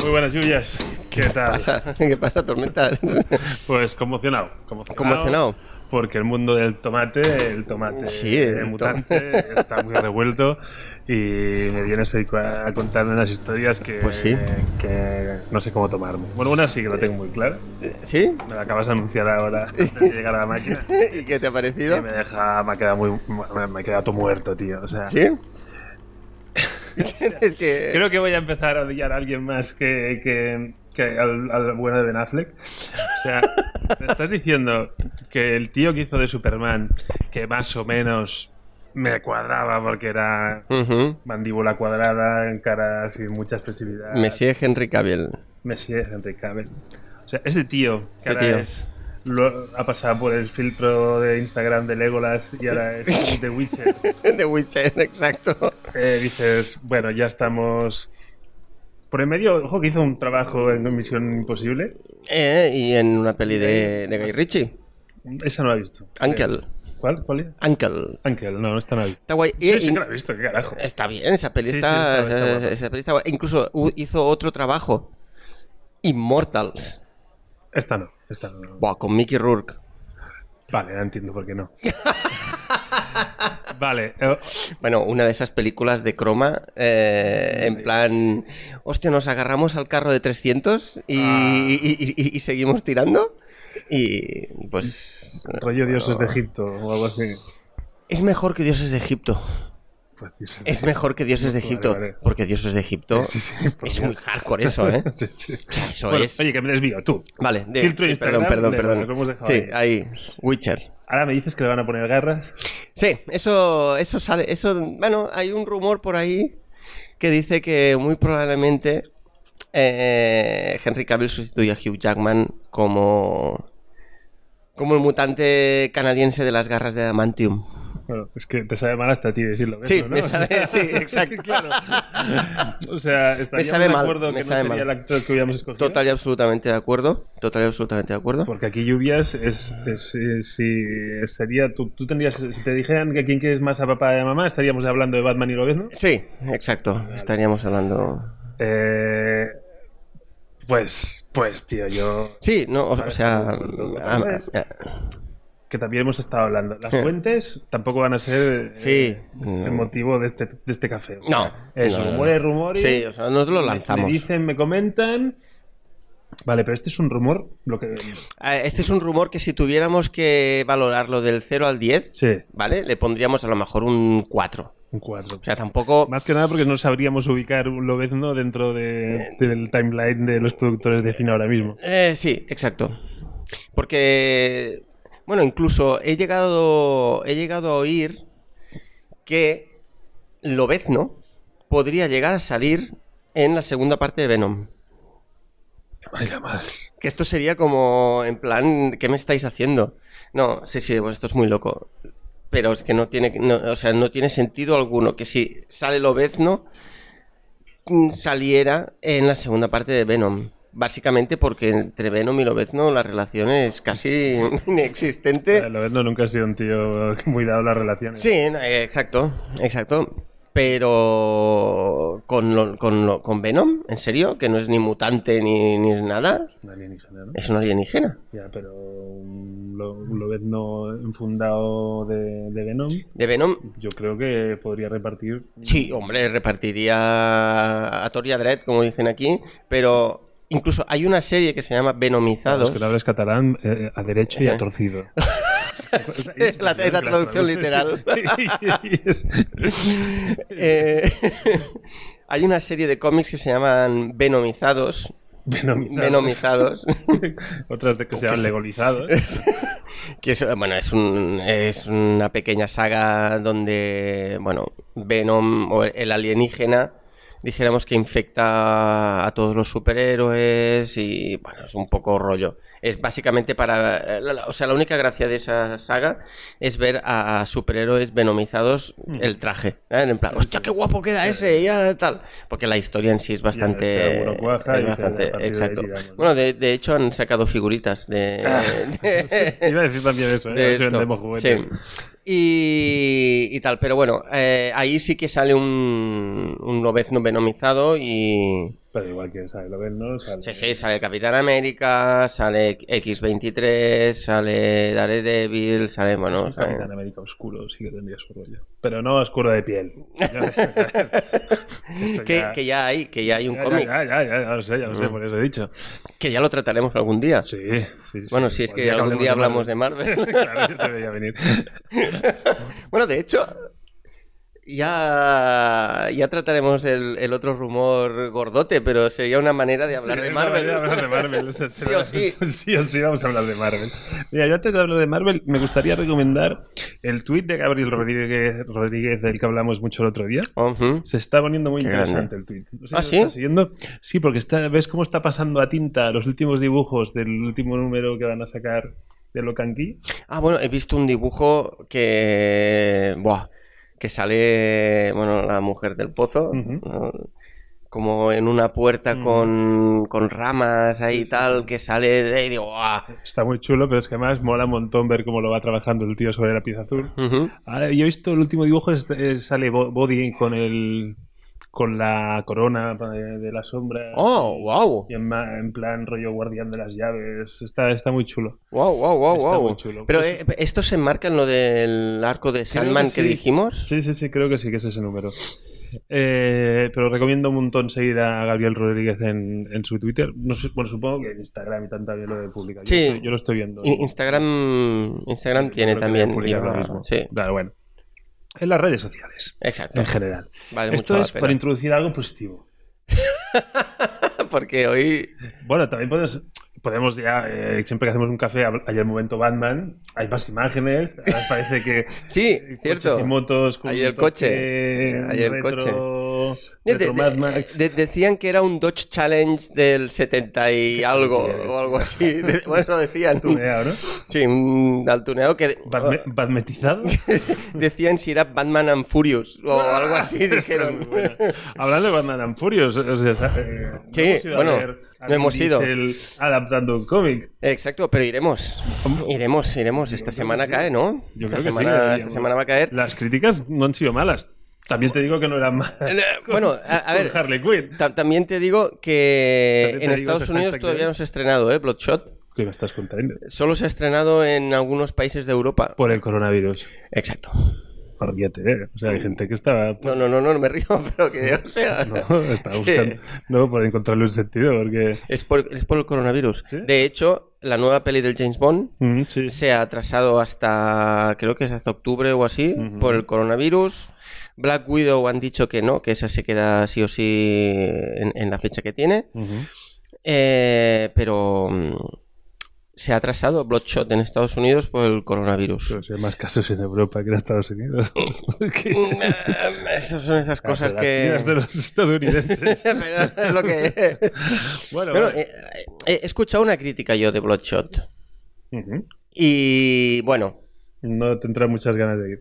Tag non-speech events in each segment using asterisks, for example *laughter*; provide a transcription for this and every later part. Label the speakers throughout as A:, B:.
A: Muy buenas lluvias. ¿Qué, tal?
B: *laughs* pasa? ¿Qué pasa, tormentas? *laughs*
A: Pues conmocionado, conmocionado.
B: Conmocionado.
A: Porque el mundo del tomate, el tomate
B: Sí, el
A: eh,
B: to-
A: mutante, está muy revuelto y me vienes ahí cua- a contar unas historias que,
B: Pues sí.
A: que no sé cómo tomarme. Bueno, una sí que la tengo muy clara.
B: ¿Sí?
A: Me la acabas de anunciar ahora antes de llegar a la máquina.
B: ¿Y *laughs* qué te ha parecido?
A: Y me deja, me ha quedado muy, me- me ha quedado todo muerto, tío. O sea,
B: ¿Sí? *laughs* es que...
A: Creo que voy a empezar a odiar a alguien más que, que- que al, al bueno de Ben Affleck. O sea, me estás diciendo que el tío que hizo de Superman, que más o menos me cuadraba porque era
B: Ujú.
A: mandíbula cuadrada, en cara sin mucha expresividad.
B: Me sigue Henry Cavill.
A: Messi es Henry Cavill. O sea, ese tío que
B: Este
A: ahora
B: tío.
A: es- lo- ha pasado por el filtro de Instagram de Legolas y ahora
B: *laughs*
A: es The Witcher.
B: *laughs* De Witcher, exacto.
A: Eh, dices, bueno, ya estamos. Por el medio, ojo que hizo un trabajo en Misión Imposible.
B: Eh, y en una peli de, de Guy Ritchie.
A: Esa no la he visto.
B: Uncle.
A: Eh, ¿Cuál? ¿Cuál es?
B: Uncle.
A: Ángel, no, esta no la he visto.
B: Está guay. Y-
A: Sí, sí
B: y-
A: que la he visto, qué carajo.
B: Está bien, esa peli
A: Sí, sí,
B: está,
A: está- está
B: esa-
A: guapa.
B: esa peli está guay. Incluso u- hizo otro trabajo. Immortals.
A: Esta no, esta no.
B: Buah, con Mickey Rourke.
A: Vale, ya entiendo por qué
B: *laughs*
A: no. vale, eh,
B: Bueno, una de esas películas de croma, eh, en plan, hostia, nos agarramos al carro de 300 y,
A: Ah.
B: y- y- y seguimos tirando. Y pues...
A: rollo dioses de Egipto o algo así.
B: Es mejor que Dioses de Egipto.
A: Pues dices-
B: Es mejor que Dioses de
A: Vale,
B: Egipto.
A: vale.
B: Porque Dioses de Egipto
A: Sí, sí, por
B: es
A: Dios. *laughs*
B: muy hardcore eso, ¿eh?
A: Sí, sí.
B: O sea, eso
A: Bueno,
B: es...
A: Oye, que me desvío, tú.
B: Vale, de-
A: Filtro
B: sí,
A: Instagram,
B: perdón,
A: de-
B: perdón,
A: lo hemos
B: perdón.
A: dejado
B: Sí, ahí, Witcher.
A: Ahora me dices que le van a poner garras.
B: Sí, eso, eso sale, eso, bueno, hay un rumor por ahí que dice que muy probablemente eh, Henry Cavill sustituya a Hugh Jackman como como el mutante canadiense de las garras de adamantium.
A: Bueno, es que te sabe mal hasta a ti decirlo.
B: Sí,
A: eso, ¿no?
B: me
A: O sea-
B: sabe, sí,
A: *laughs*
B: exacto,
A: O sea, estaríamos
B: sabe
A: de
B: mal,
A: acuerdo
B: me
A: que
B: sabe
A: no sería
B: mal.
A: el actor que hubiéramos escogido.
B: Total y absolutamente de acuerdo, total y absolutamente de acuerdo.
A: Porque aquí lluvias es, es- es- si sería tú, tú tendrías si te dijeran que quién quieres más a papá y a mamá estaríamos hablando de Batman y Lobezno.
B: Sí, exacto, estaríamos hablando.
A: Eh, pues pues tío yo
B: Sí, no, o, o sea, am-
A: que también hemos estado hablando
B: *laughs*
A: las fuentes tampoco van a ser eh,
B: Sí.
A: el motivo de este, de este café. O
B: No,
A: sea, es
B: no, no, no.
A: rumores rumores.
B: sí, o sea, nos lo
A: me-
B: lanzamos.
A: Me dicen me comentan. Vale, pero este es un rumor lo que
B: Ah, Este es un rumor que si tuviéramos que valorarlo del 0 al 10,
A: sí
B: ¿vale? Le pondríamos a lo mejor un 4.
A: un cuadro.
B: O sea, tampoco...
A: Más que nada porque no sabríamos ubicar un Lobezno dentro de- del timeline de los productores de cine ahora mismo.
B: Eh, sí, exacto. Porque, bueno, incluso he llegado, he llegado a oír que Lobezno podría llegar a salir en la segunda parte de Venom.
A: Ay, la madre.
B: Que esto sería como, en plan, ¿qué me estáis haciendo? No, sí, sí, pues esto es muy loco. Pero es que no tiene, no, o sea, no tiene sentido alguno que si sale Lobezno mm, saliera en la segunda parte de Venom. Básicamente porque entre Venom y Lobezno la relación es casi *laughs* inexistente.
A: Lobezno nunca ha sido un tío muy dado a las relaciones.
B: Sí, no, eh, exacto, exacto. Pero con, lo- con, lo- con Venom, en serio, que no es ni mutante ni, ni nada,
A: Un alienígena, ¿no?
B: es un alienígena.
A: Ya, pero un, Lo- un Lobezno enfundado de, de Venom,
B: De Venom
A: yo creo que podría repartir.
B: Sí, hombre, repartiría a Tor y a Dredd, como dicen aquí, pero incluso hay una serie que se llama
A: Los
B: Venomizados.
A: que no hables catalán eh, a derecho y
B: Sí.
A: a torcido.
B: Sí, *laughs* es la- es la traducción literal.
A: Y *laughs* es-
B: *laughs* Eh, *laughs* hay una serie de cómics que se llaman Venomizados.
A: Venomizado.
B: Venomizados.
A: Otras de que se
B: Que
A: han
B: sí.
A: legolizado.
B: *laughs* que es, bueno, es, un- es una pequeña saga donde, bueno, Venom o el alienígena, dijéramos que infecta a todos los superhéroes y, bueno, es un poco rollo. Es básicamente para, eh, la- la- o sea, la única gracia de esa saga es ver a superhéroes venomizados
A: Mm.
B: el traje. ¿eh? En plan, hostia, qué guapo queda ese, ya tal. Porque la historia en sí es
A: ese
B: bastante...
A: alguno cuaja y se-
B: es
A: a
B: bastante,
A: partir de ahí
B: exacto.
A: tiramos, ¿no?
B: Bueno, de, de hecho han sacado figuritas de-
A: Ah. *laughs*
B: de
A: Iba a decir también eso, ¿eh? A
B: de
A: ver si
B: esto.
A: vendemos juguetes.
B: Sí. Y, y tal, pero bueno, eh, ahí sí que sale un, un lobezno venomizado y,
A: Pero igual, quién sabe, lo ven, ¿no? Sale-
B: Sí, sí, sale Capitán América, sale X23, sale Daredevil, sale, bueno,
A: Un
B: sale-
A: Capitán América oscuro sí que tendría su rollo. Pero no oscuro de piel.
B: *laughs*
A: Eso
B: que,
A: ya-
B: que ya hay, que ya hay un
A: ya,
B: cómic, Mm.
A: Ya, ya, ya, ya lo sé, ya lo sé, por eso he dicho.
B: que ya lo trataremos algún día.
A: Sí, sí, sí.
B: bueno, si es
A: Pues
B: que
A: ya
B: algún día hablamos
A: Marvel.
B: de Marvel.
A: *laughs*
B: *laughs*
A: claro, yo te veía venir.
B: Bueno, de hecho, ya, ya trataremos el, el otro rumor gordote, pero sería una manera de hablar
A: Sí,
B: de
A: es la
B: Marvel.
A: manera de hablar de Marvel. o sea,
B: *laughs* Sí o sí.
A: *laughs* sí o sí vamos a hablar de Marvel. Mira, yo antes de hablar de Marvel, me gustaría recomendar el tuit de Gabriel Rodríguez, Rodríguez del que hablamos mucho el otro día.
B: Ujú.
A: Se está poniendo muy
B: Qué
A: interesante el tweet. No sé
B: ¿Ah,
A: si
B: sí?
A: lo estás siguiendo. Sí, porque está, ves cómo está pasando a tinta los últimos dibujos del último número que van a sacar de Locanqui.
B: Ah, bueno, he visto un dibujo que. Buah, que sale. Bueno, la mujer del pozo.
A: Ujú. Mm.
B: ¿no? Como en una puerta con, con ramas ahí y tal, que sale de ahí y digo, ¡ah!
A: Está muy chulo, pero es que además mola un montón ver cómo lo va trabajando el tío sobre la pieza azul.
B: Ujú.
A: Ahora, yo he visto el último dibujo, es- eh, sale Bo- Body con el con la corona eh, de la sombra.
B: ¡Oh, wow!
A: Y en, ma- en plan rollo guardián de las llaves. Está, está muy chulo.
B: ¡Wow, wow, wow,
A: Está
B: wow!
A: muy chulo.
B: Pero
A: Es-
B: eh, esto se enmarca en lo del arco de
A: Creo
B: Sandman que,
A: que sí.
B: dijimos.
A: Sí, sí, sí, creo que sí que es ese número. Eh, pero recomiendo un montón seguir a Gabriel Rodríguez en, en su Twitter. No sé, bueno, supongo que en Instagram y tal también lo de publicar.
B: Sí.
A: Yo, yo lo estoy viendo.
B: In- Instagram, Instagram tiene
A: Creo que
B: también.
A: publica
B: iba-
A: lo mismo.
B: Sí,
A: Claro, bueno. En las redes sociales,
B: exacto.
A: en general.
B: Vale
A: Eh, Esto
B: mucho
A: es
B: la
A: para
B: pena.
A: introducir algo positivo.
B: *laughs* Porque hoy.
A: Bueno, también podemos, podemos ya, eh, siempre que hacemos un café, hab- hay el momento Batman, hay más imágenes, ahora parece que...
B: *laughs* Sí,
A: eh,
B: cierto.
A: Coches y motos con
B: Hay
A: un
B: el coche.
A: toque
B: Hay el
A: retro-
B: De-
A: retro
B: de-
A: Mad Max.
B: de- decían que era un Dodge Challenge del 70 y algo,
A: eres,
B: o algo así. De-
A: *laughs*
B: bueno, eso decían.
A: tuneado, ¿no?
B: Sí, un altuneado que. *laughs*
A: Batme- Batmetizado.
B: Decían si era Batman and Furious o algo así, dijeron.
A: Ah, *laughs* Eso es bueno. Hablando de Batman and Furious, o sea, eh, no
B: Sí,
A: hemos ido a
B: bueno,
A: ver a
B: no
A: Vin
B: hemos ido.
A: Diesel adaptando un cómic.
B: Exacto, pero iremos. Iremos, iremos. Esta
A: creo
B: semana
A: que sí.
B: cae, ¿no?
A: Yo
B: esta,
A: creo que sí,
B: semana,
A: deberíamos.
B: esta semana va a caer.
A: Las críticas no han sido malas. También te digo que no eran malas.
B: Eh, bueno, a- a ver.
A: Con Harley Quinn.
B: Ta- También te digo que
A: También te
B: en
A: digo
B: Estados
A: ese
B: Unidos
A: hashtag
B: todavía
A: de-
B: no se ha estrenado, ¿eh? Bloodshot.
A: ¿Qué me estás contando?
B: Solo se ha estrenado en algunos países de Europa.
A: Por el coronavirus.
B: Exacto.
A: Ríete, ¿eh? O sea, hay gente que estaba.
B: No, no, no, no, no me río, *laughs* pero que, o sea...
A: No, *laughs* estaba
B: que
A: buscando. No, por encontrarle un sentido, porque.
B: Es por, es por el coronavirus.
A: ¿Sí?
B: De hecho, la nueva peli del James Bond
A: Mm, sí.
B: se ha atrasado hasta, creo que es hasta octubre o así,
A: Ujú.
B: por el coronavirus. Black Widow han dicho que no, que esa se queda sí o sí en- en la fecha que tiene.
A: Ujú.
B: Eh, pero mm, se ha atrasado Bloodshot en Estados Unidos por el coronavirus. *laughs*
A: Pero si hay más casos en Europa que en Estados Unidos. *laughs* ¿Qué?
B: Mm, eh, Esas son esas cosas
A: Las
B: que... *laughs*
A: vidas de los estadounidenses.
B: Pero es
A: *laughs*
B: lo que...
A: bueno,
B: Bueno,
A: bueno.
B: eh, eh, he escuchado una crítica yo de Bloodshot.
A: Ujú.
B: Y bueno,
A: No tendrá muchas ganas de ir.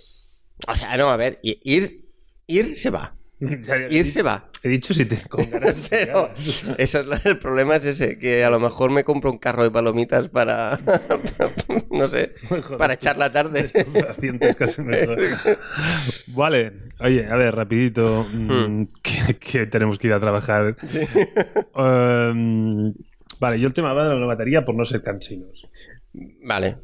A: *laughs*
B: o sea, no, a ver, i- ir, ir se va.
A: Ya, ya,
B: Ir
A: he,
B: se
A: *laughs*
B: va.
A: he dicho si te con ganas. te
B: Pero
A: ganas.
B: esa es la- el problema es ese, que a lo mejor me compro un carro de palomitas para, *laughs* no sé,
A: Joder,
B: para
A: tú.
B: echar la
A: *laughs*
B: tarde. *laughs*
A: Pacientes casi mejor. Vale, oye, a ver, rapidito, mm,
B: Hmm.
A: que, que tenemos que ir a trabajar. Um, vale, yo el tema Batman lo mataría por no ser cansinos.
B: Vale.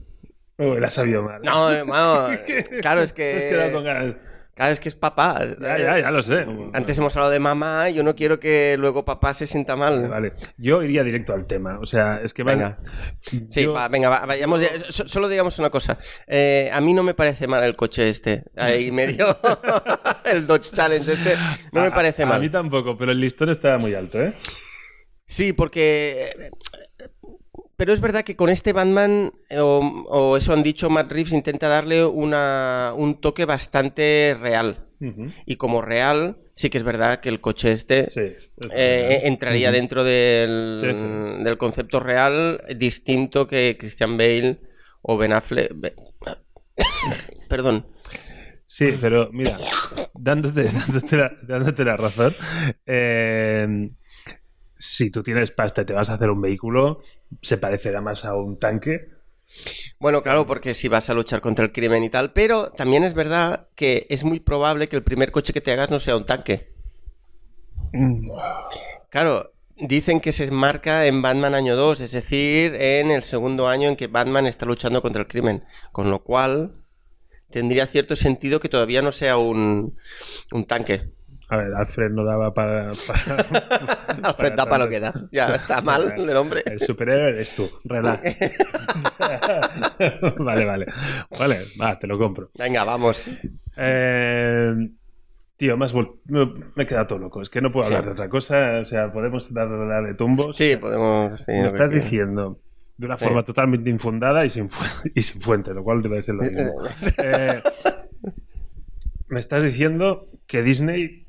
A: Uy, la sabía mal. *laughs*
B: No, hermano. Claro, es
A: Te has quedado con
B: que.
A: ganas.
B: Claro, es que es papá.
A: Ya, ya, ya lo sé.
B: Antes hemos hablado de mamá, yo no quiero que luego papá se sienta mal.
A: Vale, yo iría directo al tema. O sea, es que
B: Venga. Sí,
A: yo-
B: va, venga, va, vayamos. ya. So- Solo digamos una cosa. Eh, a mí no me parece mal el coche este. Ahí medio. *laughs* el Dodge Challenge este. No me
A: a-
B: parece
A: A mí
B: mal.
A: tampoco, pero el listón estaba muy alto, ¿eh?
B: Sí, porque. Pero es verdad que con este Batman, eh, o, o eso han dicho, Matt Reeves intenta darle una, un toque bastante real.
A: Ujú.
B: Y como real, sí que es verdad que el coche este
A: Sí. es
B: eh,
A: verdad.
B: entraría dentro del,
A: Sí, sí.
B: del concepto real distinto que Christian Bale o Ben Affleck. Be- *coughs* Perdón.
A: Sí, pero mira, dándote, dándote, la, dándote la razón, eh, si tú tienes pasta y te vas a hacer un vehículo, se parecerá más a un tanque.
B: Bueno, claro, porque si vas a luchar contra el crimen y tal, pero también es verdad que es muy probable que el primer coche que te hagas no sea un tanque. Claro, dicen que se marca en Batman año 2, es decir, en el segundo año en que Batman está luchando contra el crimen. Con lo cual, tendría cierto sentido que todavía no sea un, un tanque.
A: A ver, Alfred no daba para. para-
B: Alfred da para
A: tanto.
B: lo que da. Ya *laughs* está mal el hombre.
A: El superhéroe eres tú,
B: *laughs*
A: relaja. *laughs* vale, vale. Vale, va, te lo compro.
B: Venga, vamos.
A: Eh, tío, más vol- me, me he quedado todo loco. Es que no puedo
B: Sí.
A: hablar de otra cosa. O sea, podemos dar, darle tumbos.
B: Sí, podemos. sí,
A: Me
B: lo que
A: estás
B: quieras.
A: diciendo de una
B: Sí.
A: forma totalmente infundada y sin, fu- *laughs* y sin fuente, lo cual debe ser lo
B: *laughs*
A: mismo. Eh, me estás diciendo que Disney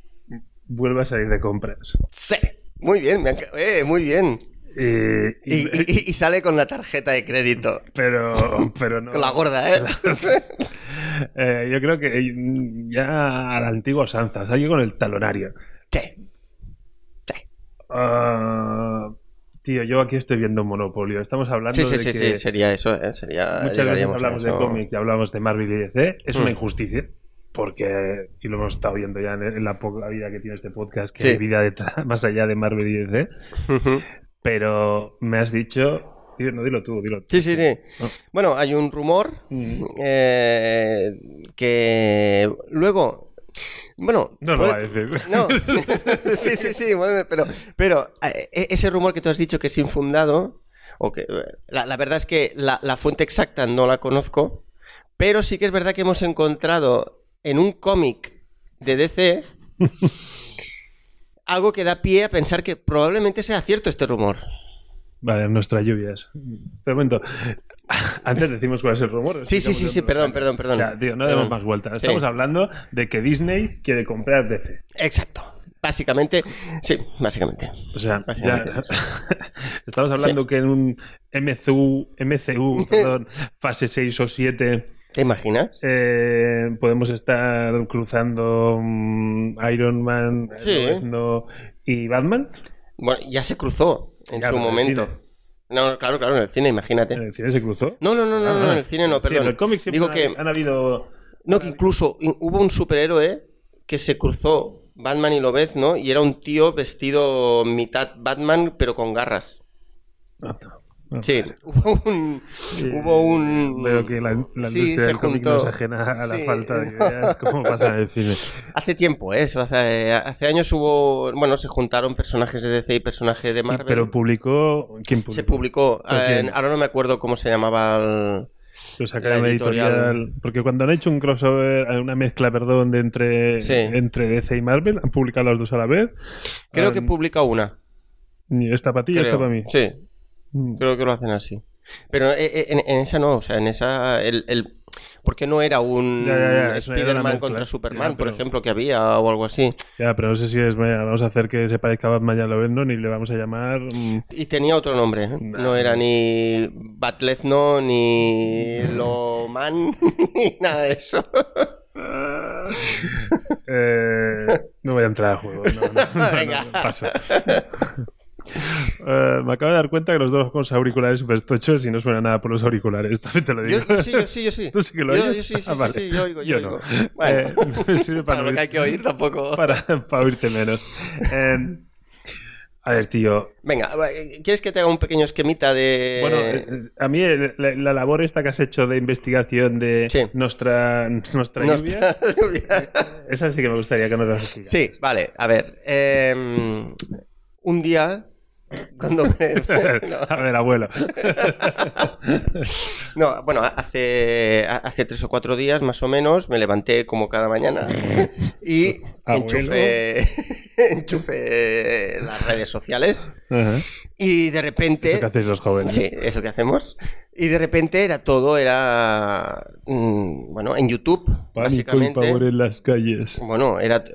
A: vuelve a salir de compras.
B: Sí. Muy bien, me han ca- eh, muy bien.
A: Eh, Y-
B: Y,
A: y-
B: y- y sale con la tarjeta de crédito. *laughs*
A: pero, pero no.
B: Con la gorda, ¿eh?
A: *laughs*
B: *laughs*
A: Eh, yo creo que eh, ya a la antigua Sanza, salió con el talonario.
B: Sí.
A: Ah, tío, yo aquí estoy viendo un monopolio. Estamos hablando
B: Sí, sí,
A: de
B: sí,
A: que
B: sí, sería eso, ¿eh? Sería,
A: muchas veces
B: llegaríamos a
A: hablamos de
B: eso.
A: cómics y hablamos de Marvel y DC. Es una
B: Mm.
A: injusticia. Porque, y lo hemos estado viendo ya en, en la poca vida que tiene este podcast, que
B: Sí.
A: hay vida detrás- *laughs* más allá de Marvel y DC.
B: *laughs* Ujú.
A: Pero me has dicho. tío, no, dilo tú, dilo tú.
B: Sí, sí, sí.
A: No.
B: Bueno, hay un rumor
A: Mm.
B: eh, que luego... Bueno,
A: No lo
B: puede-
A: va a decir.
B: No,
A: *laughs*
B: sí, sí, sí, bueno, pero, pero eh, e- ese rumor que tú has dicho que es infundado, o que, eh, la, la verdad es que la, la fuente exacta no la conozco, pero sí que es verdad que hemos encontrado en un cómic de DC
A: *laughs*
B: algo que da pie a pensar que probablemente sea cierto este rumor.
A: Vale, nuestras lluvias. Pero un momento. Antes decimos cuál es el rumor.
B: Sí, sí, sí, sí, perdón, perdón,
A: O
B: perdón. Eh,
A: sea, tío, no
B: Perdón.
A: demos más vueltas.
B: Sí.
A: Estamos hablando de que Disney quiere comprar DC.
B: Exacto. Básicamente, sí, básicamente.
A: O sea,
B: Básicamente
A: ya-
B: es eso.
A: *laughs* estamos hablando que en un MCU,
B: *laughs*
A: MCU perdón, fase 6 o 7
B: ¿Te imaginas?
A: eh, podemos estar cruzando mm, Iron Man,
B: Sí.
A: Lobezno y Batman.
B: Bueno, ya se cruzó en
A: Ya,
B: su
A: en el
B: momento.
A: cine.
B: No, claro, claro, en el cine, imagínate.
A: En el cine se cruzó.
B: No, no, no, no,
A: Ah,
B: no, en el cine no,
A: sí,
B: perdón.
A: en el cómic siempre
B: Digo
A: han-
B: que,
A: han habido...
B: no, que incluso in- hubo un superhéroe que se cruzó Batman y Lobez, ¿no? Y era un tío vestido mitad Batman, pero con garras.
A: Ah, no.
B: Sí, *laughs* hubo un...
A: Eh,
B: hubo un...
A: Veo que la, la
B: Sí,
A: industria
B: se
A: del cómic no
B: juntó.
A: es ajena a la
B: Sí,
A: falta
B: *laughs*
A: de
B: no.
A: ideas, como pasa en el cine.
B: Hace tiempo, ¿eh? Eso, hace, hace años hubo... Bueno, se juntaron personajes de DC y personajes de Marvel.
A: Pero publicó. ¿Quién publicó?
B: se publicó.
A: ¿Pero
B: eh,
A: quién?
B: ahora no me acuerdo cómo se llamaba el...
A: Lo sacaron
B: la
A: de
B: editorial.
A: Pues editorial. Porque cuando han hecho un crossover, eh, una mezcla, perdón, de entre,
B: Sí.
A: entre DC y Marvel, han publicado las dos a la vez.
B: Creo
A: Han-
B: que publica una.
A: y Esta para ti y esta
B: creo.
A: para mí.
B: Sí,
A: Mm.
B: Creo que lo hacen así. Pero eh, eh, en, en esa no, o sea, en esa. El, el- porque no era un
A: Ya, ya, ya, es una- era una
B: Spider-Man
A: mezcla.
B: contra Superman,
A: Ya,
B: por
A: pero-
B: ejemplo, que había o algo así.
A: Ya, pero no sé si es. vaya, Vamos a hacer que se parezca a Batman y a Lobezno, ni le vamos a llamar. mm,
B: Y tenía otro nombre. ¿eh?
A: Nah.
B: No era ni
A: *laughs*
B: Batlezno, ni Loman, *laughs* ni nada de eso.
A: *laughs* Eh, no voy a entrar al juego. No, no,
B: *laughs*
A: no, no,
B: Venga.
A: paso. Eh, me acabo de dar cuenta que los dos con los auriculares super tochos y no suena nada por los auriculares. *laughs* También te lo
B: Yo,
A: digo.
B: yo sí, yo sí, yo sí.
A: ¿Tú sí que lo
B: yo,
A: oyes?
B: Yo sí, sí,
A: Ah,
B: sí,
A: vale.
B: sí, yo oigo, yo,
A: Yo no.
B: oigo. Bueno,
A: Eh, *laughs* no me sirve para,
B: para lo que hay que oír tampoco.
A: para- para oírte menos. Eh, a ver, tío.
B: Venga, va, eh, ¿quieres que te haga un pequeño esquemita de.
A: Bueno, eh, a mí el- la, la labor esta que has hecho de investigación de
B: Sí.
A: nuestra, nuestra
B: Nos-
A: lluvia, esa sí que me gustaría que nos la explicaras.
B: *laughs* Sí, vale, a ver. eh, un día, cuando me-
A: a ver,
B: *laughs*
A: abuelo.
B: No, bueno, hace, hace tres o cuatro días más o menos me levanté como cada mañana y
A: Abuelo.
B: enchufé, *laughs* enchufé las redes sociales
A: Ajá.
B: y de repente...
A: Eso que hacéis los jóvenes.
B: Sí, eso que hacemos. Y de repente era todo, era... mm, Bueno, en YouTube,
A: Pánico y
B: básicamente...
A: pavor en las calles.
B: Bueno, era.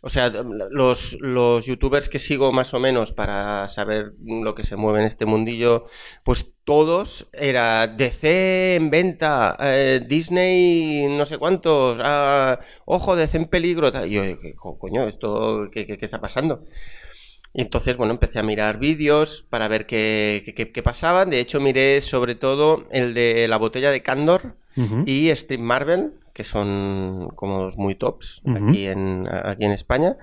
B: O sea, los, los youtubers que sigo más o menos para saber lo que se mueve en este mundillo, pues todos era DC en venta, eh, Disney no sé cuántos, ah, ojo, DC en peligro. tal. Y yo, ¿qué co- coño? ¿Esto qué, qué- qué está pasando? Y entonces, bueno, empecé a mirar vídeos para ver qué, qué- qué- qué pasaban. De hecho, miré sobre todo el de la botella de Candor
A: Ujú.
B: y Stream Marvel, que son como los muy tops
A: Ujú.
B: aquí, en, aquí en España.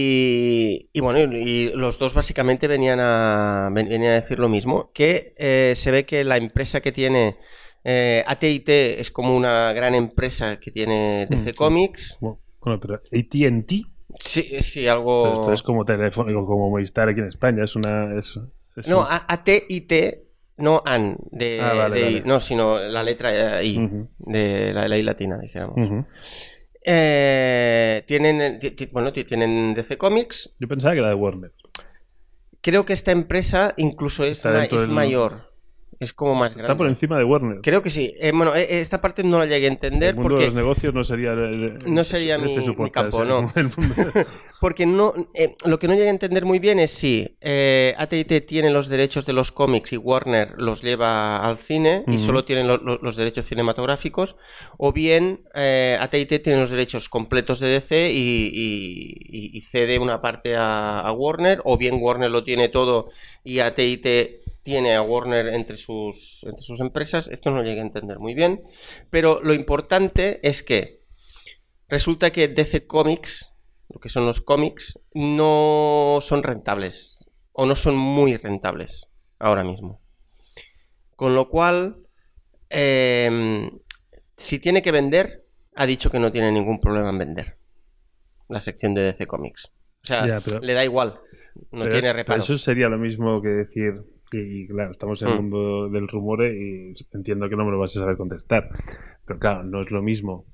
B: Y, y bueno, y, y los dos básicamente venían a, ven- venían a decir lo mismo, que eh, se ve que la empresa que tiene eh, AT&T es como una gran empresa que tiene DC
A: Mm.
B: Comics.
A: Bueno, pero ATT
B: Sí, sí,
A: pero
B: algo...
A: esto es como telefónico, como Movistar aquí en España. Es una. Es, es
B: No,
A: un-
B: a- AT&T, no AN, de,
A: Ah, vale,
B: de-
A: vale.
B: no, sino la letra eh, I,
A: Ujú.
B: de la, la I latina, dijéramos.
A: Ujú.
B: Eh, tienen, ti- ti- bueno, ti- tienen DC Comics.
A: Yo pensaba que era de Warner.
B: Creo que esta empresa incluso es,
A: Está
B: ma-
A: dentro
B: es
A: del-
B: mayor. Es como más grande.
A: Está por encima de Warner.
B: Creo que sí. Eh, bueno, eh, eh, esta parte no la llegué a entender
A: El mundo de
B: porque,
A: los negocios no sería. el- el-
B: No sería mi-
A: su
B: mi
A: podcast,
B: campo,
A: ¿eh?
B: no.
A: El mundo-
B: *laughs* porque no, eh, lo que no llegué a entender muy bien es si eh, AT&T tiene los derechos de los cómics y Warner los lleva al cine y
A: Ujú.
B: solo tienen lo- lo- los derechos cinematográficos, o bien eh, AT&T tiene los derechos completos de DC y, y- y- y cede una parte a, a Warner, o bien Warner lo tiene todo y AT&T tiene a Warner entre sus, entre sus empresas. Esto no lo llegué a entender muy bien, pero lo importante es que Resulta que DC Comics, lo que son los cómics, no son rentables. O no son muy rentables ahora mismo. Con lo cual, eh, si tiene que vender, ha dicho que no tiene ningún problema en vender la sección de DC Comics. O sea,
A: Ya, pero-
B: le da igual. No
A: Pero-
B: tiene
A: pero
B: reparos.
A: este. Eso sería lo mismo que decir. Y, y claro, estamos en el
B: Mm.
A: mundo del rumor eh, y entiendo que no me lo vas a saber contestar. Pero claro, no es lo mismo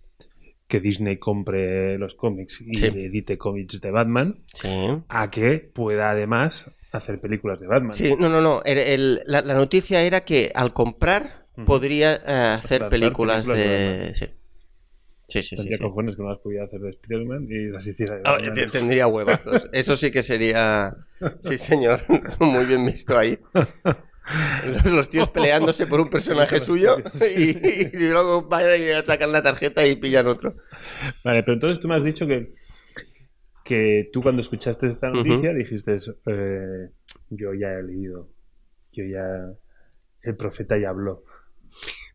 A: que Disney compre los cómics y
B: Sí.
A: edite cómics de Batman
B: Sí.
A: a que pueda además hacer películas de Batman.
B: Sí, no, no, no. El- el- la, la noticia era que al comprar
A: Ujú.
B: podría eh, hacer
A: Adaptar películas
B: películas
A: de
B: de... Sí. Sí, sí, sí,
A: Tendría
B: sí.
A: cojones que no las pudiera hacer de Spider-Man y las hiciera de
B: Ah,
A: Batman.
B: te-
A: *laughs*
B: tendría huevazos. Eso sí que sería. Sí, señor. *laughs* Muy bien visto ahí. Los, los tíos peleándose por un personaje suyo y, *laughs* y luego van y sacan la tarjeta y pillan otro.
A: Vale, pero entonces tú me has dicho que, que tú cuando escuchaste esta
B: Ujú.
A: noticia dijiste, eh, yo ya he leído, yo ya, el profeta ya habló.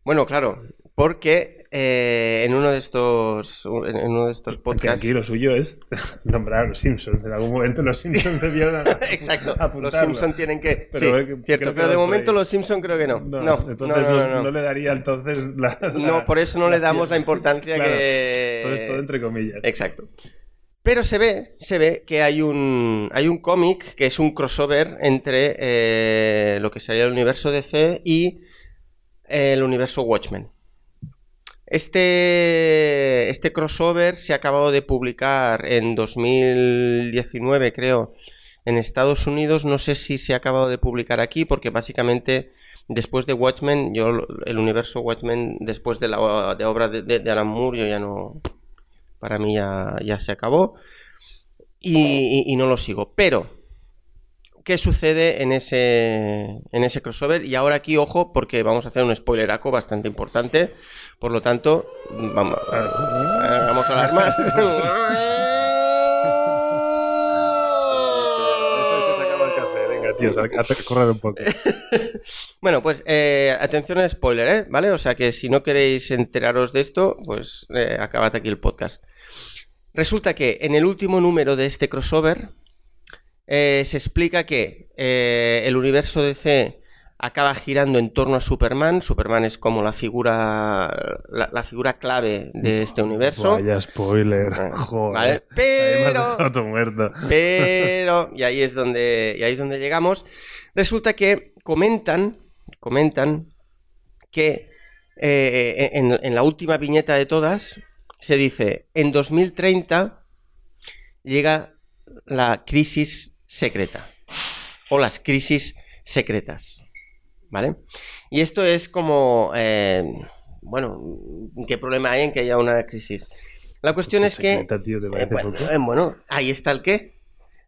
B: Bueno, claro, porque eh, en uno de estos en en uno de estos
A: Porque *laughs*
B: podcasts.
A: aquí lo suyo es nombrar a los Simpsons. En algún momento los
B: *laughs*
A: Simpsons debieron a-
B: Exacto. Los
A: apuntarlo.
B: Simpson tienen que.
A: Pero
B: sí,
A: creo que- creo
B: cierto.
A: que
B: Pero de
A: va por
B: momento
A: ahí.
B: los Simpson creo que no. No, no,
A: entonces no,
B: no, no, no.
A: no le daría entonces la... la-
B: No, por eso no le damos la importancia
A: Claro,
B: que.
A: Todo esto entre comillas.
B: Exacto. Pero se ve, se ve que hay un, hay un cómic que es un crossover entre eh, lo que sería el universo DC y el universo Watchmen. Este, este crossover se ha acabado de publicar en 2019, creo, en Estados Unidos. No sé si se ha acabado de publicar aquí, porque básicamente después de Watchmen, yo lo- el universo Watchmen, después de la o- de obra de, de- de Alan Moore, yo ya no. Para mí ya, ya se acabó. Y, y- y no lo sigo. Pero, ¿qué sucede en ese, en ese crossover? Y ahora aquí, ojo, porque vamos a hacer un spoileraco bastante importante. Por lo tanto, vamos,
A: Ah,
B: eh, vamos a hablar más.
A: Eso es que se acaba el café. Venga, tío, sal- a- correr un poco.
B: Bueno, pues eh, atención al spoiler, ¿eh? ¿Vale? O sea que si no queréis enteraros de esto, pues eh, acabad aquí el podcast. Resulta que en el último número de este crossover eh, se explica que eh, el universo DC acaba girando en torno a Superman. Superman es como la figura, la, la figura clave de este universo.
A: Vaya spoiler.
B: Eh,
A: *laughs* Joder.
B: ¿Vale? Pero...
A: Ahí me has dejado muerto.
B: Pero, y ahí es donde, y ahí es donde llegamos. Resulta que comentan, comentan que eh, en, en la última viñeta de todas se dice, en 2030 llega la crisis secreta o las crisis secretas, ¿vale? Y esto es como, eh, bueno, ¿qué problema hay en que haya una crisis? La cuestión es que...
A: Secreta, tío, ¿te
B: Eh,
A: parece
B: bueno,
A: poco?
B: eh, bueno, ahí está el qué.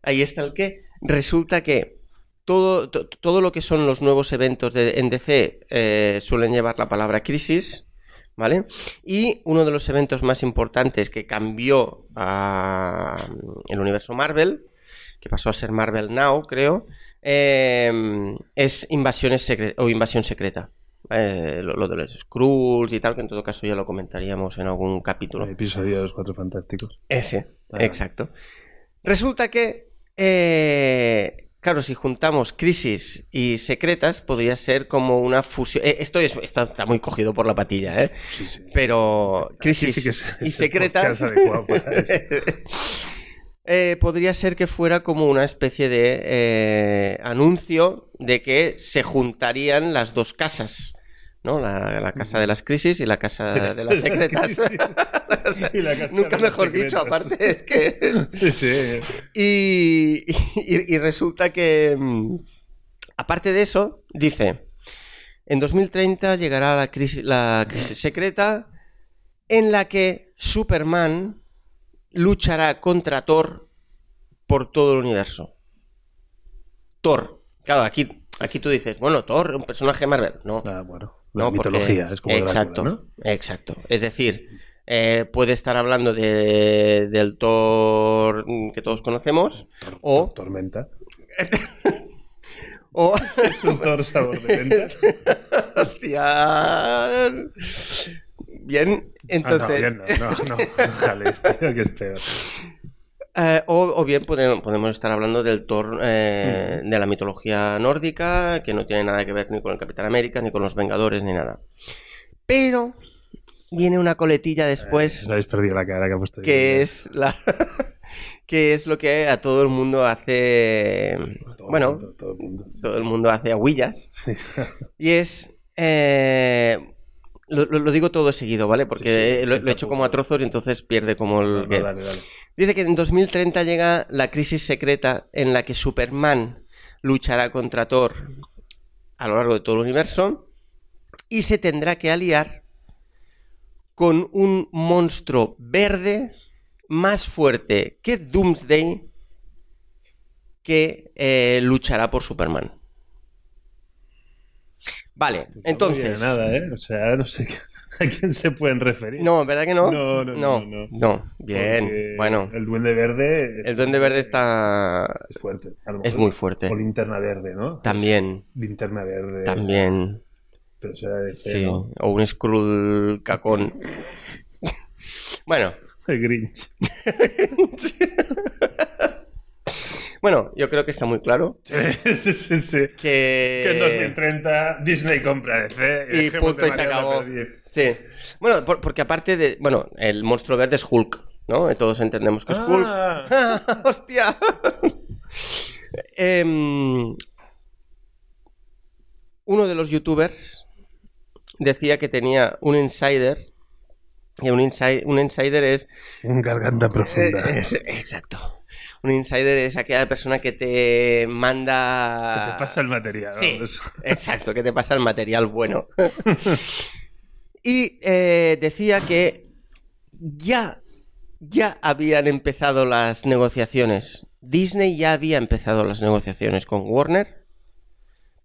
B: Ahí está el qué. Resulta que todo, to- todo lo que son los nuevos eventos de, en DC eh, suelen llevar la palabra crisis, ¿vale? Y uno de los eventos más importantes que cambió a, mm, el universo Marvel, que pasó a ser Marvel Now, creo, eh, es invasiones secre- o invasión secreta. Eh, lo, lo de los Skrulls y tal, que en todo caso ya lo comentaríamos en algún capítulo.
A: El episodio de los Cuatro Fantásticos.
B: Ese,
A: Ah.
B: exacto. Resulta que, eh, claro, si juntamos crisis y secretas, podría ser como una fusión. eh, esto es- está, está muy cogido por la patilla, ¿eh?
A: Sí, sí.
B: Pero crisis
A: Aquí *laughs* sí que es- es
B: y
A: el
B: secretas.
A: podcast adecuado
B: *laughs*
A: para eso.
B: Eh, podría ser que fuera como una especie de eh, anuncio de que se juntarían las dos casas, ¿no? La, la casa de las crisis y
A: *laughs*
B: la casa de las secretas.
A: Y la casa
B: *laughs* Nunca
A: de las
B: mejor dicho,
A: secretas.
B: aparte es que...
A: Sí, sí.
B: Y, y- y resulta que, mm, aparte de eso, dice, en 2030 llegará la crisis, la crisis secreta en la que Superman luchará contra Thor por todo el universo. Thor. Claro, aquí, aquí tú dices, bueno, Thor, un personaje Marvel. No,
A: Ah, bueno. La
B: no, porque-
A: mitología es como Drácula,
B: exacto,
A: ¿no?
B: exacto. Es decir, eh, puede estar hablando de, del Thor que todos conocemos
A: Tor-
B: O-
A: tormenta. *laughs*
B: o *laughs*
A: Es un tor sabor de menta.
B: hostia. Bien, *laughs* entonces
A: Ah, no, bien, no, no, no, no jales, tío, que es peor.
B: eh, o, o bien podemos, podemos estar hablando del Thor eh,
A: Mm.
B: de la mitología nórdica que no tiene nada que ver ni con el Capitán América ni con los Vengadores ni nada. Pero viene una coletilla después.
A: Os habéis perdido la cara que ha puesto.
B: Pues que es la *laughs* que es lo que a todo el mundo hace
A: Todo el
B: bueno
A: mundo, todo el mundo.
B: todo el mundo hace agüillas
A: Sí.
B: y es eh, lo, lo- lo digo todo seguido vale porque
A: Sí, sí,
B: eh, lo, lo he hecho como a trozos y entonces pierde como el
A: No, no,
B: que-
A: dale, dale.
B: dice que en 2030 llega la crisis secreta en la que Superman luchará contra Thor a lo largo de todo el universo y se tendrá que aliar con un monstruo verde más fuerte que Doomsday que eh, luchará por Superman. Vale,
A: Pues no me viene
B: entonces...
A: nada, ¿eh? O sea, no sé qué- *laughs* a quién se pueden referir.
B: No, ¿verdad que no?
A: No, no, no,
B: no.
A: no.
B: no. Bien,
A: Porque
B: bueno.
A: El duende verde. es-
B: El duende verde está...
A: Es fuerte. a lo
B: Es
A: mejor.
B: muy fuerte.
A: O linterna verde, ¿no?
B: También,
A: Linterna verde.
B: también.
A: eh, Pero será de
B: Sí.
A: pelo.
B: O un Skrull cacón. *laughs* bueno.
A: *laughs* El Grinch. *laughs*
B: Bueno, yo creo que está muy claro
A: sí, sí, sí, sí.
B: que...
A: Que en 2030 Disney compra DC.
B: Eh. Y
A: dejemos
B: punto
A: de
B: y se
A: marear la
B: acabó.
A: perdiz.
B: Sí. Bueno, por- porque aparte de... Bueno, el monstruo verde es Hulk, ¿no? Todos entendemos que es Hulk. *laughs*
A: Ah,
B: ¡Hostia! Em, uno de los youtubers decía que tenía un insider. Y un, inside- un insider es.
A: un garganta profunda.
B: eh, es- exacto. Un insider es aquella persona que te manda.
A: Que te pasa el material.
B: Ah. Sí.
A: vamos.
B: Exacto, que te pasa el
A: *laughs*
B: material bueno. y eh, decía que ya, ya habían empezado las negociaciones. Disney ya había empezado las negociaciones con Warner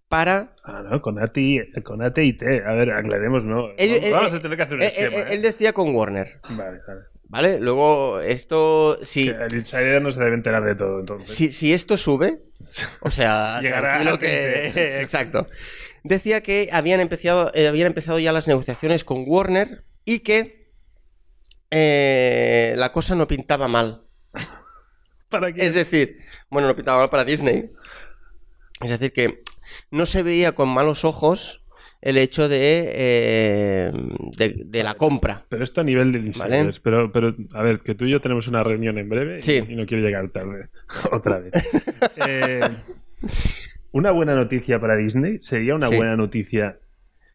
B: para...
A: Ah, no, con ATI, con AT&T. A ver, aclaremos, ¿no?
B: Él- él-
A: Vamos
B: él-
A: a tener que hacer un
B: él-
A: esquema.
B: él-
A: ¿eh?
B: eh, él decía con Warner,
A: Vale, vale.
B: ¿vale? Luego esto,
A: Que
B: si,
A: el insider no se debe enterar de todo, entonces.
B: si, si esto sube,
A: *laughs*
B: o sea,
A: Pues Llegará
B: tranquilo
A: a
B: que...
A: 20.
B: *laughs* Exacto. Decía que habían empezado, eh, habían empezado ya las negociaciones con Warner y que eh, la cosa no pintaba mal.
A: ¿Para qué?
B: Es decir, bueno, no pintaba mal para Disney. Es decir, que no se veía con malos ojos el hecho de, eh, de, de la compra.
A: Pero esto a nivel del insider.
B: Vale.
A: Pero, pero, a ver, que tú y yo tenemos una reunión en breve y,
B: Sí.
A: y no quiero llegar tarde. *laughs* Otra
B: *laughs*
A: vez. Eh, una buena noticia para Disney sería una
B: Sí.
A: buena noticia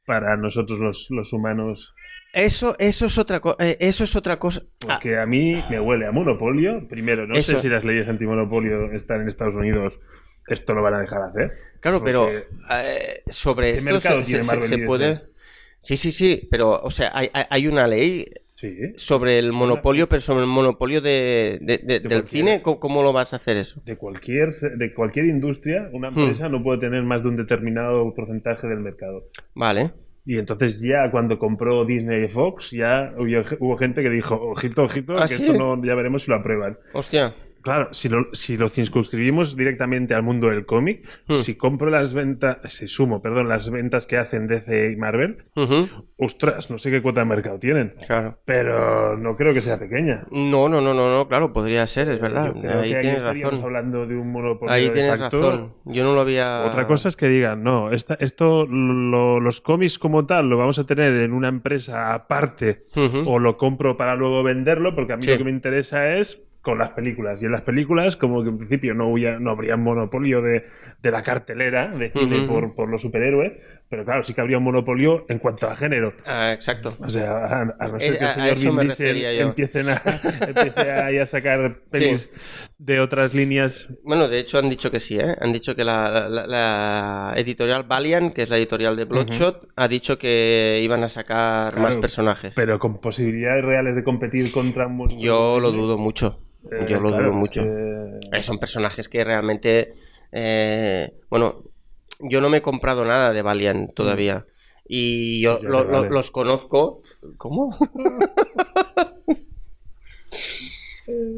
A: para nosotros los, los humanos.
B: Eso, eso es otra cosa. Eso es otra cosa. Ah,
A: Porque a mí me huele a monopolio. Primero, no
B: Eso.
A: sé si las leyes antimonopolio están en Estados Unidos. Esto lo van a dejar hacer.
B: Claro, pero
A: Porque-
B: eh, sobre
A: ¿Qué
B: esto
A: mercado
B: se,
A: tiene
B: se-
A: Marvel
B: se
A: y DC?
B: puede. Sí, sí, sí, pero, o sea, hay, hay- hay una ley
A: Sí.
B: sobre el monopolio, pero sobre el monopolio de, de- de- del
A: cualquiera.
B: cine, ¿cómo, cómo lo vas a hacer eso?
A: De cualquier, se- de cualquier industria, una
B: Hmm.
A: empresa no puede tener más de un determinado porcentaje del mercado.
B: Vale.
A: Y entonces ya cuando compró Disney y Fox, ya hubo, hubo gente que dijo, ojito, ojito,
B: ¿Ah,
A: que
B: sí?
A: esto no, ya veremos si lo aprueban.
B: Hostia.
A: Claro, si lo, si lo circunscribimos directamente al mundo del cómic,
B: Hmm.
A: si compro las ventas, si sumo, perdón, las ventas que hacen DC y Marvel,
B: Ujú,
A: ostras, no sé qué cuota de mercado tienen,
B: Claro.
A: pero no creo que sea pequeña.
B: No, no, no, no, no, claro, podría ser, es verdad.
A: Yo creo
B: Ah, Ahí
A: que ahí
B: tienes
A: estaríamos
B: razón.
A: hablando de un monopolio
B: Ahí
A: de
B: tienes
A: facto.
B: razón. Yo no lo había.
A: Otra cosa es que digan, no, esta- esto, lo- los cómics como tal, lo vamos a tener en una empresa aparte
B: Ujú.
A: o lo compro para luego venderlo, porque a mí
B: Sí.
A: lo que me interesa es con las películas. Y en las películas, como que en principio no, huya- no habría un monopolio de, de la cartelera de cine
B: Ujú.
A: por, por los superhéroes, pero claro, sí que habría un monopolio en cuanto a género.
B: Ah, exacto.
A: O sea, a, a no
B: Eh,
A: ser que el
B: a- a
A: señor
B: eso
A: Vin
B: me
A: Diesel
B: refería yo.
A: empiecen a, *laughs* empiece ahí a sacar pelis de otras líneas.
B: Bueno, de hecho han dicho que sí, ¿eh? Han dicho que la, la- la editorial Valiant, que es la editorial de Bloodshot, ha dicho que iban a sacar más
A: Claro,
B: personajes.
A: Pero con posibilidades reales de competir contra un monstruo.
B: Yo lo dudo mucho.
A: Eh,
B: Yo lo
A: claro,
B: dudo mucho.
A: eh,
B: Eh, son personajes que realmente. eh, bueno, yo no me he comprado nada de Valiant todavía. Y yo
A: Mm. Ya
B: lo-
A: te
B: lo-
A: vale.
B: los conozco.
A: *laughs*
B: ¿Cómo?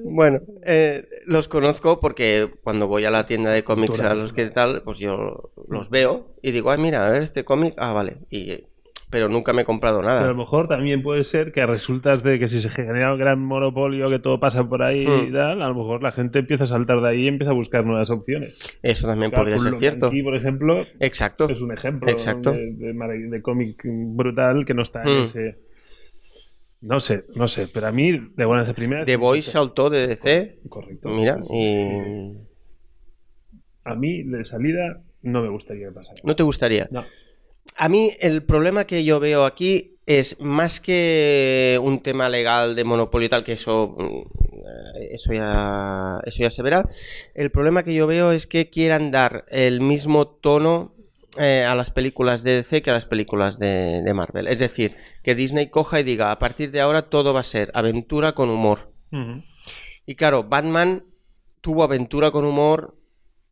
B: bueno, eh, los conozco porque cuando voy a la tienda de cómics
A: Cultura.
B: a los que tal, pues yo los veo y digo, ay, mira, a ver este cómic. Ah, vale. Y, pero nunca me he comprado
A: Pero a
B: nada.
A: lo mejor también puede ser que a resultas de que si se genera un gran monopolio, que todo pasa por ahí y
B: Hmm.
A: tal, a lo mejor la gente empieza a saltar de ahí y empieza a buscar nuevas opciones.
B: Eso también
A: Claro,
B: podría ser
A: Loki,
B: cierto.
A: por ejemplo,
B: Exacto.
A: es un ejemplo
B: Exacto.
A: de, de mara- de cómic brutal que no está en
B: Hmm.
A: ese... No sé, no sé, pero a mí de buenas a primeras...
B: The Voice saltó de DC.
A: Correcto.
B: Mira, y.
A: A mí de salida no me gustaría que pasara.
B: No te gustaría.
A: No.
B: A mí el problema que yo veo aquí es más que un tema legal de monopolio y tal, que eso, mm, eh, eso, ya, eso ya se verá. El problema que yo veo es que quieran dar el mismo tono eh, a las películas de DC que a las películas de, de Marvel. Es decir, que Disney coja y diga, a partir de ahora todo va a ser aventura con humor.
A: Ujú.
B: Y claro, Batman tuvo aventura con humor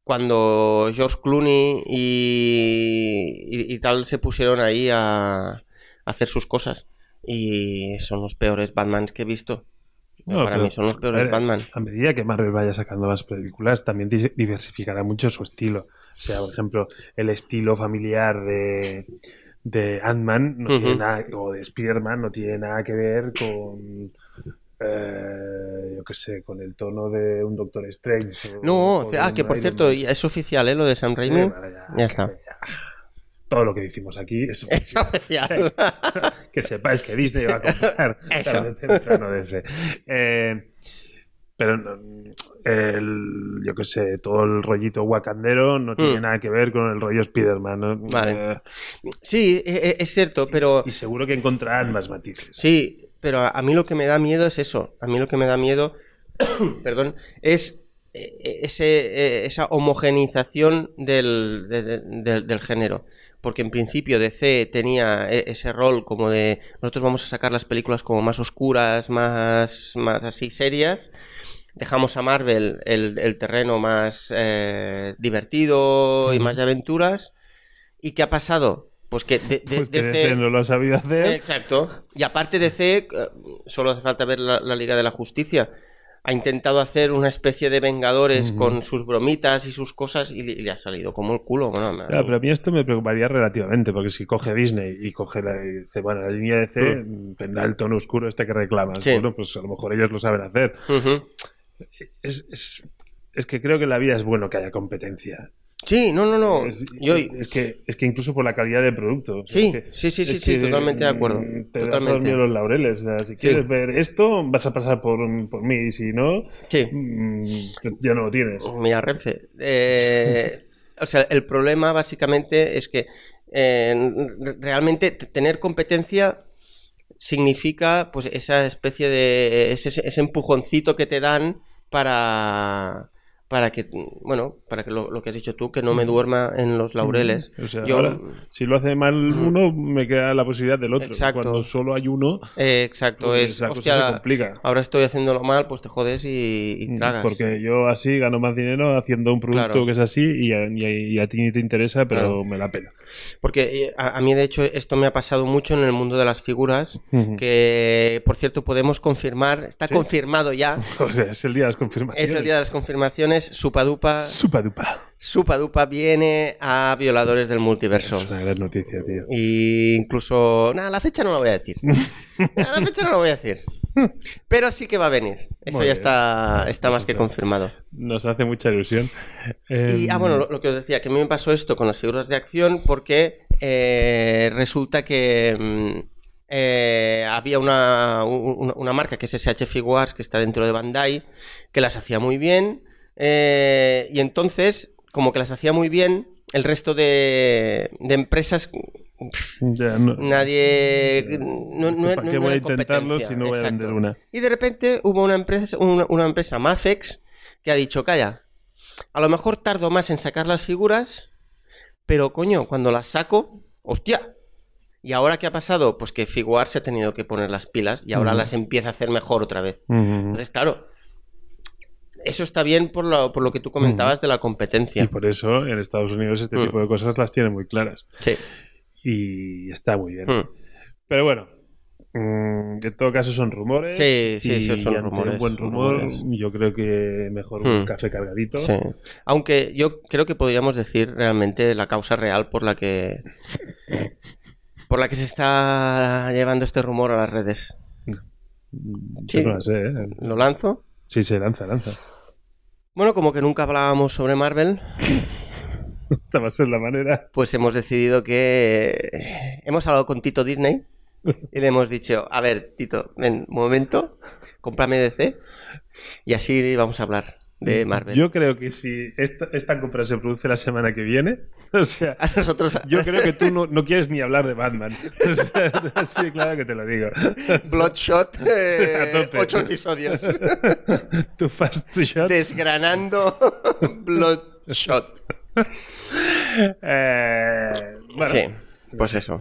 B: cuando George Clooney y, y- y tal se pusieron ahí a, a hacer sus cosas. Y son los peores Batmans que he visto.
A: No,
B: Para
A: pero-
B: mí son los peores
A: a ver,
B: Batman.
A: A medida que Marvel vaya sacando más películas, también di- diversificará mucho su estilo. O sea, por ejemplo, el estilo familiar de, de Ant-Man no tiene
B: Ujú.
A: nada- o de Spider-Man no tiene nada que ver con. eh, yo qué sé, con el tono de un Doctor Strange. o-
B: No,
A: o de
B: ah,
A: un
B: que por
A: Iron
B: cierto,
A: Man.
B: ya es oficial, ¿eh? Lo de Sam
A: Sí,
B: Raimi.
A: vale, ya,
B: ya está.
A: Todo lo que decimos aquí
B: *laughs*
A: es
B: *laughs* Es oficial.
A: que sepáis que Disney va a comprar
B: *laughs* Eso.
A: tarde o temprano DC. Eh, pero no, el- yo qué sé, todo el rollito wakandero no tiene
B: Mm.
A: nada que ver con el rollo Spider-Man. ¿no?
B: Vale.
A: Eh,
B: Sí, e- e- es cierto, pero...
A: y seguro que encontrarán más matices.
B: Sí, pero a, a mí lo que me da miedo es eso. A mí lo que me da miedo, *coughs* perdón, es eh, eh, ese, eh, esa homogenización del, de- de- del- del género. Porque en principio DC tenía e- ese rol como de nosotros vamos a sacar las películas como más oscuras, más, más así serias. Dejamos a Marvel el, el terreno más eh, divertido y
A: Ujú.
B: más de aventuras. ¿Y qué ha pasado? Pues que, de- de-
A: Pues que
B: DC
A: DC no lo ha sabido hacer.
B: Exacto. Y aparte DC, eh, solo hace falta ver la, la Liga de la Justicia. Ha intentado hacer una especie de Vengadores
A: Ujú.
B: con sus bromitas y sus cosas y, le- y le ha salido como el culo. Bueno, me-
A: Claro, pero a mí esto me preocuparía relativamente, porque si coge Disney y coge la, y dice, bueno, la línea DC tendrá el tono oscuro este que reclamas.
B: Hmm. Sí.
A: Bueno, pues a lo mejor ellos lo saben hacer.
B: Ujú.
A: Es, es- es que creo que en la vida es bueno que haya competencia.
B: Sí, no, no, no.
A: Es,
B: Yo-
A: Eh, es que, es que incluso por la calidad del producto. O sea,
B: Sí,
A: es que-
B: sí, sí,
A: es
B: sí, sí,
A: que,
B: totalmente de acuerdo.
A: mm, Te vas a
B: Totalmente.
A: dormir los laureles. O sea, si
B: Sí.
A: quieres ver esto, vas a pasar por, por mí. Y si no,
B: Sí.
A: mm, ya no lo tienes.
B: Mira, Renfe. eh, o sea, el problema básicamente es que eh, re- realmente t- tener competencia significa pues esa especie de ese, ese empujoncito que te dan para para que, bueno, para que lo, lo que has dicho tú, que no me duerma en los laureles.
A: O sea,
B: Yo-
A: ahora, si lo hace mal uno, me queda la posibilidad del otro.
B: Exacto.
A: Cuando solo hay uno,
B: Eh, exacto,
A: pues
B: es,
A: la cosa
B: hostia,
A: se complica. Mm,
B: ahora estoy haciéndolo mal, pues te jodes y, y tragas.
A: Porque yo así gano más dinero haciendo un producto
B: Claro.
A: que es así y a, y a- y a ti ni te interesa, pero
B: Claro.
A: me la pela.
B: Porque eh, a, a mí, de hecho, esto me ha pasado mucho en el mundo de las figuras,
A: Ujú.
B: que, por cierto, podemos confirmar, está
A: Sí.
B: confirmado ya,
A: *laughs* O sea, es el día de las confirmaciones.
B: es el día de las confirmaciones, Supadupa,
A: Supadupa.
B: Supadupa viene a Violadores del
A: Es
B: Multiverso.
A: una gran noticia, tío.
B: Y incluso, nada, la fecha no la voy a
A: *laughs*
B: decir. Nah, la fecha no la voy a decir. Pero sí que va a venir. Eso
A: Muy
B: ya
A: bien.
B: está, está más que
A: Perfecto.
B: confirmado.
A: Nos hace mucha ilusión.
B: Y,
A: Em,
B: ah, bueno, lo, lo que os decía, que a mí me pasó esto con las figuras de acción porque eh, resulta que mm, eh, había una, u- una, una marca que es SH Figuarts que está dentro de Bandai que las hacía muy bien eh, y entonces, como que las hacía muy bien, el resto de, de empresas
A: ya no-
B: nadie... No, no- no-
A: ¿Para
B: no
A: qué
B: era
A: Eh, voy a intentarlo
B: competencia,
A: si no voy a
B: exacto.
A: vender una?
B: Y de repente hubo una empresa, una, una empresa Mafex que ha dicho, calla, a lo mejor tardo más en sacar las figuras, pero coño, cuando las saco, hostia. ¿Y ahora qué ha pasado? Pues que Figuar se ha tenido que poner las pilas y ahora
A: Ujú.
B: las empieza a hacer mejor otra vez.
A: Ujú.
B: Entonces, claro, eso está bien por lo, por lo que tú comentabas de la competencia.
A: Y por eso en Estados Unidos este
B: Mm.
A: tipo de cosas las tienen muy claras.
B: Sí.
A: Y está muy bien.
B: Mm.
A: Pero bueno, mm, en todo caso son rumores.
B: Sí, sí,
A: y
B: esos son
A: ante
B: rumores,
A: Un buen
B: son
A: rumor,
B: rumores.
A: yo creo que mejor
B: Mm.
A: un café cargadito.
B: Sí. Aunque yo creo que podríamos decir realmente la causa real por la que por la que se está llevando este rumor a las redes.
A: Mm,
B: Sí.
A: Yo no lo sé, ¿eh?
B: Lo lanzo.
A: Sí, se lanza, lanza. *laughs*
B: Bueno, como que nunca hablábamos sobre Marvel,
A: Esta va a ser la manera.
B: pues hemos decidido que hemos hablado con Tito Disney y le hemos dicho, a ver, Tito, ven, un momento, cómprame DC y así vamos a hablar de Marvel.
A: Yo creo que si esta, esta compra se produce la semana que viene, *laughs* o sea,
B: A nosotros
A: yo creo que tú no, no quieres ni hablar de Batman. *laughs* O sea, sí, claro que te lo digo.
B: *laughs* Bloodshot, eh,
A: *laughs* A tope. *laughs*
B: ocho episodios.
A: Tu fast to shot.
B: Desgranando *laughs* Bloodshot.
A: Eh, bueno,
B: sí, pues eso.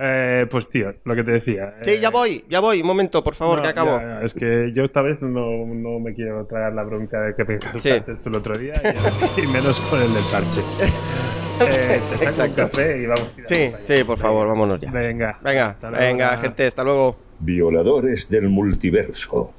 A: eh, pues tío, lo que te decía.
B: Sí,
A: eh,
B: ya voy, ya voy. Un momento, por favor,
A: no,
B: que acabo.
A: ya, ya, es que yo esta vez no, no me quiero tragar la bronca de que
B: Sí.
A: pensaste tú el otro día y, *laughs* y menos con el del
B: *laughs*
A: parche. Eh, te saco un
B: Exacto.
A: café y vamos tirando
B: Sí,
A: para allá.
B: sí, por favor, vámonos ya.
A: Venga.
B: Venga,
A: Hasta luego.
B: venga, gente, hasta luego.
C: Violadores del multiverso.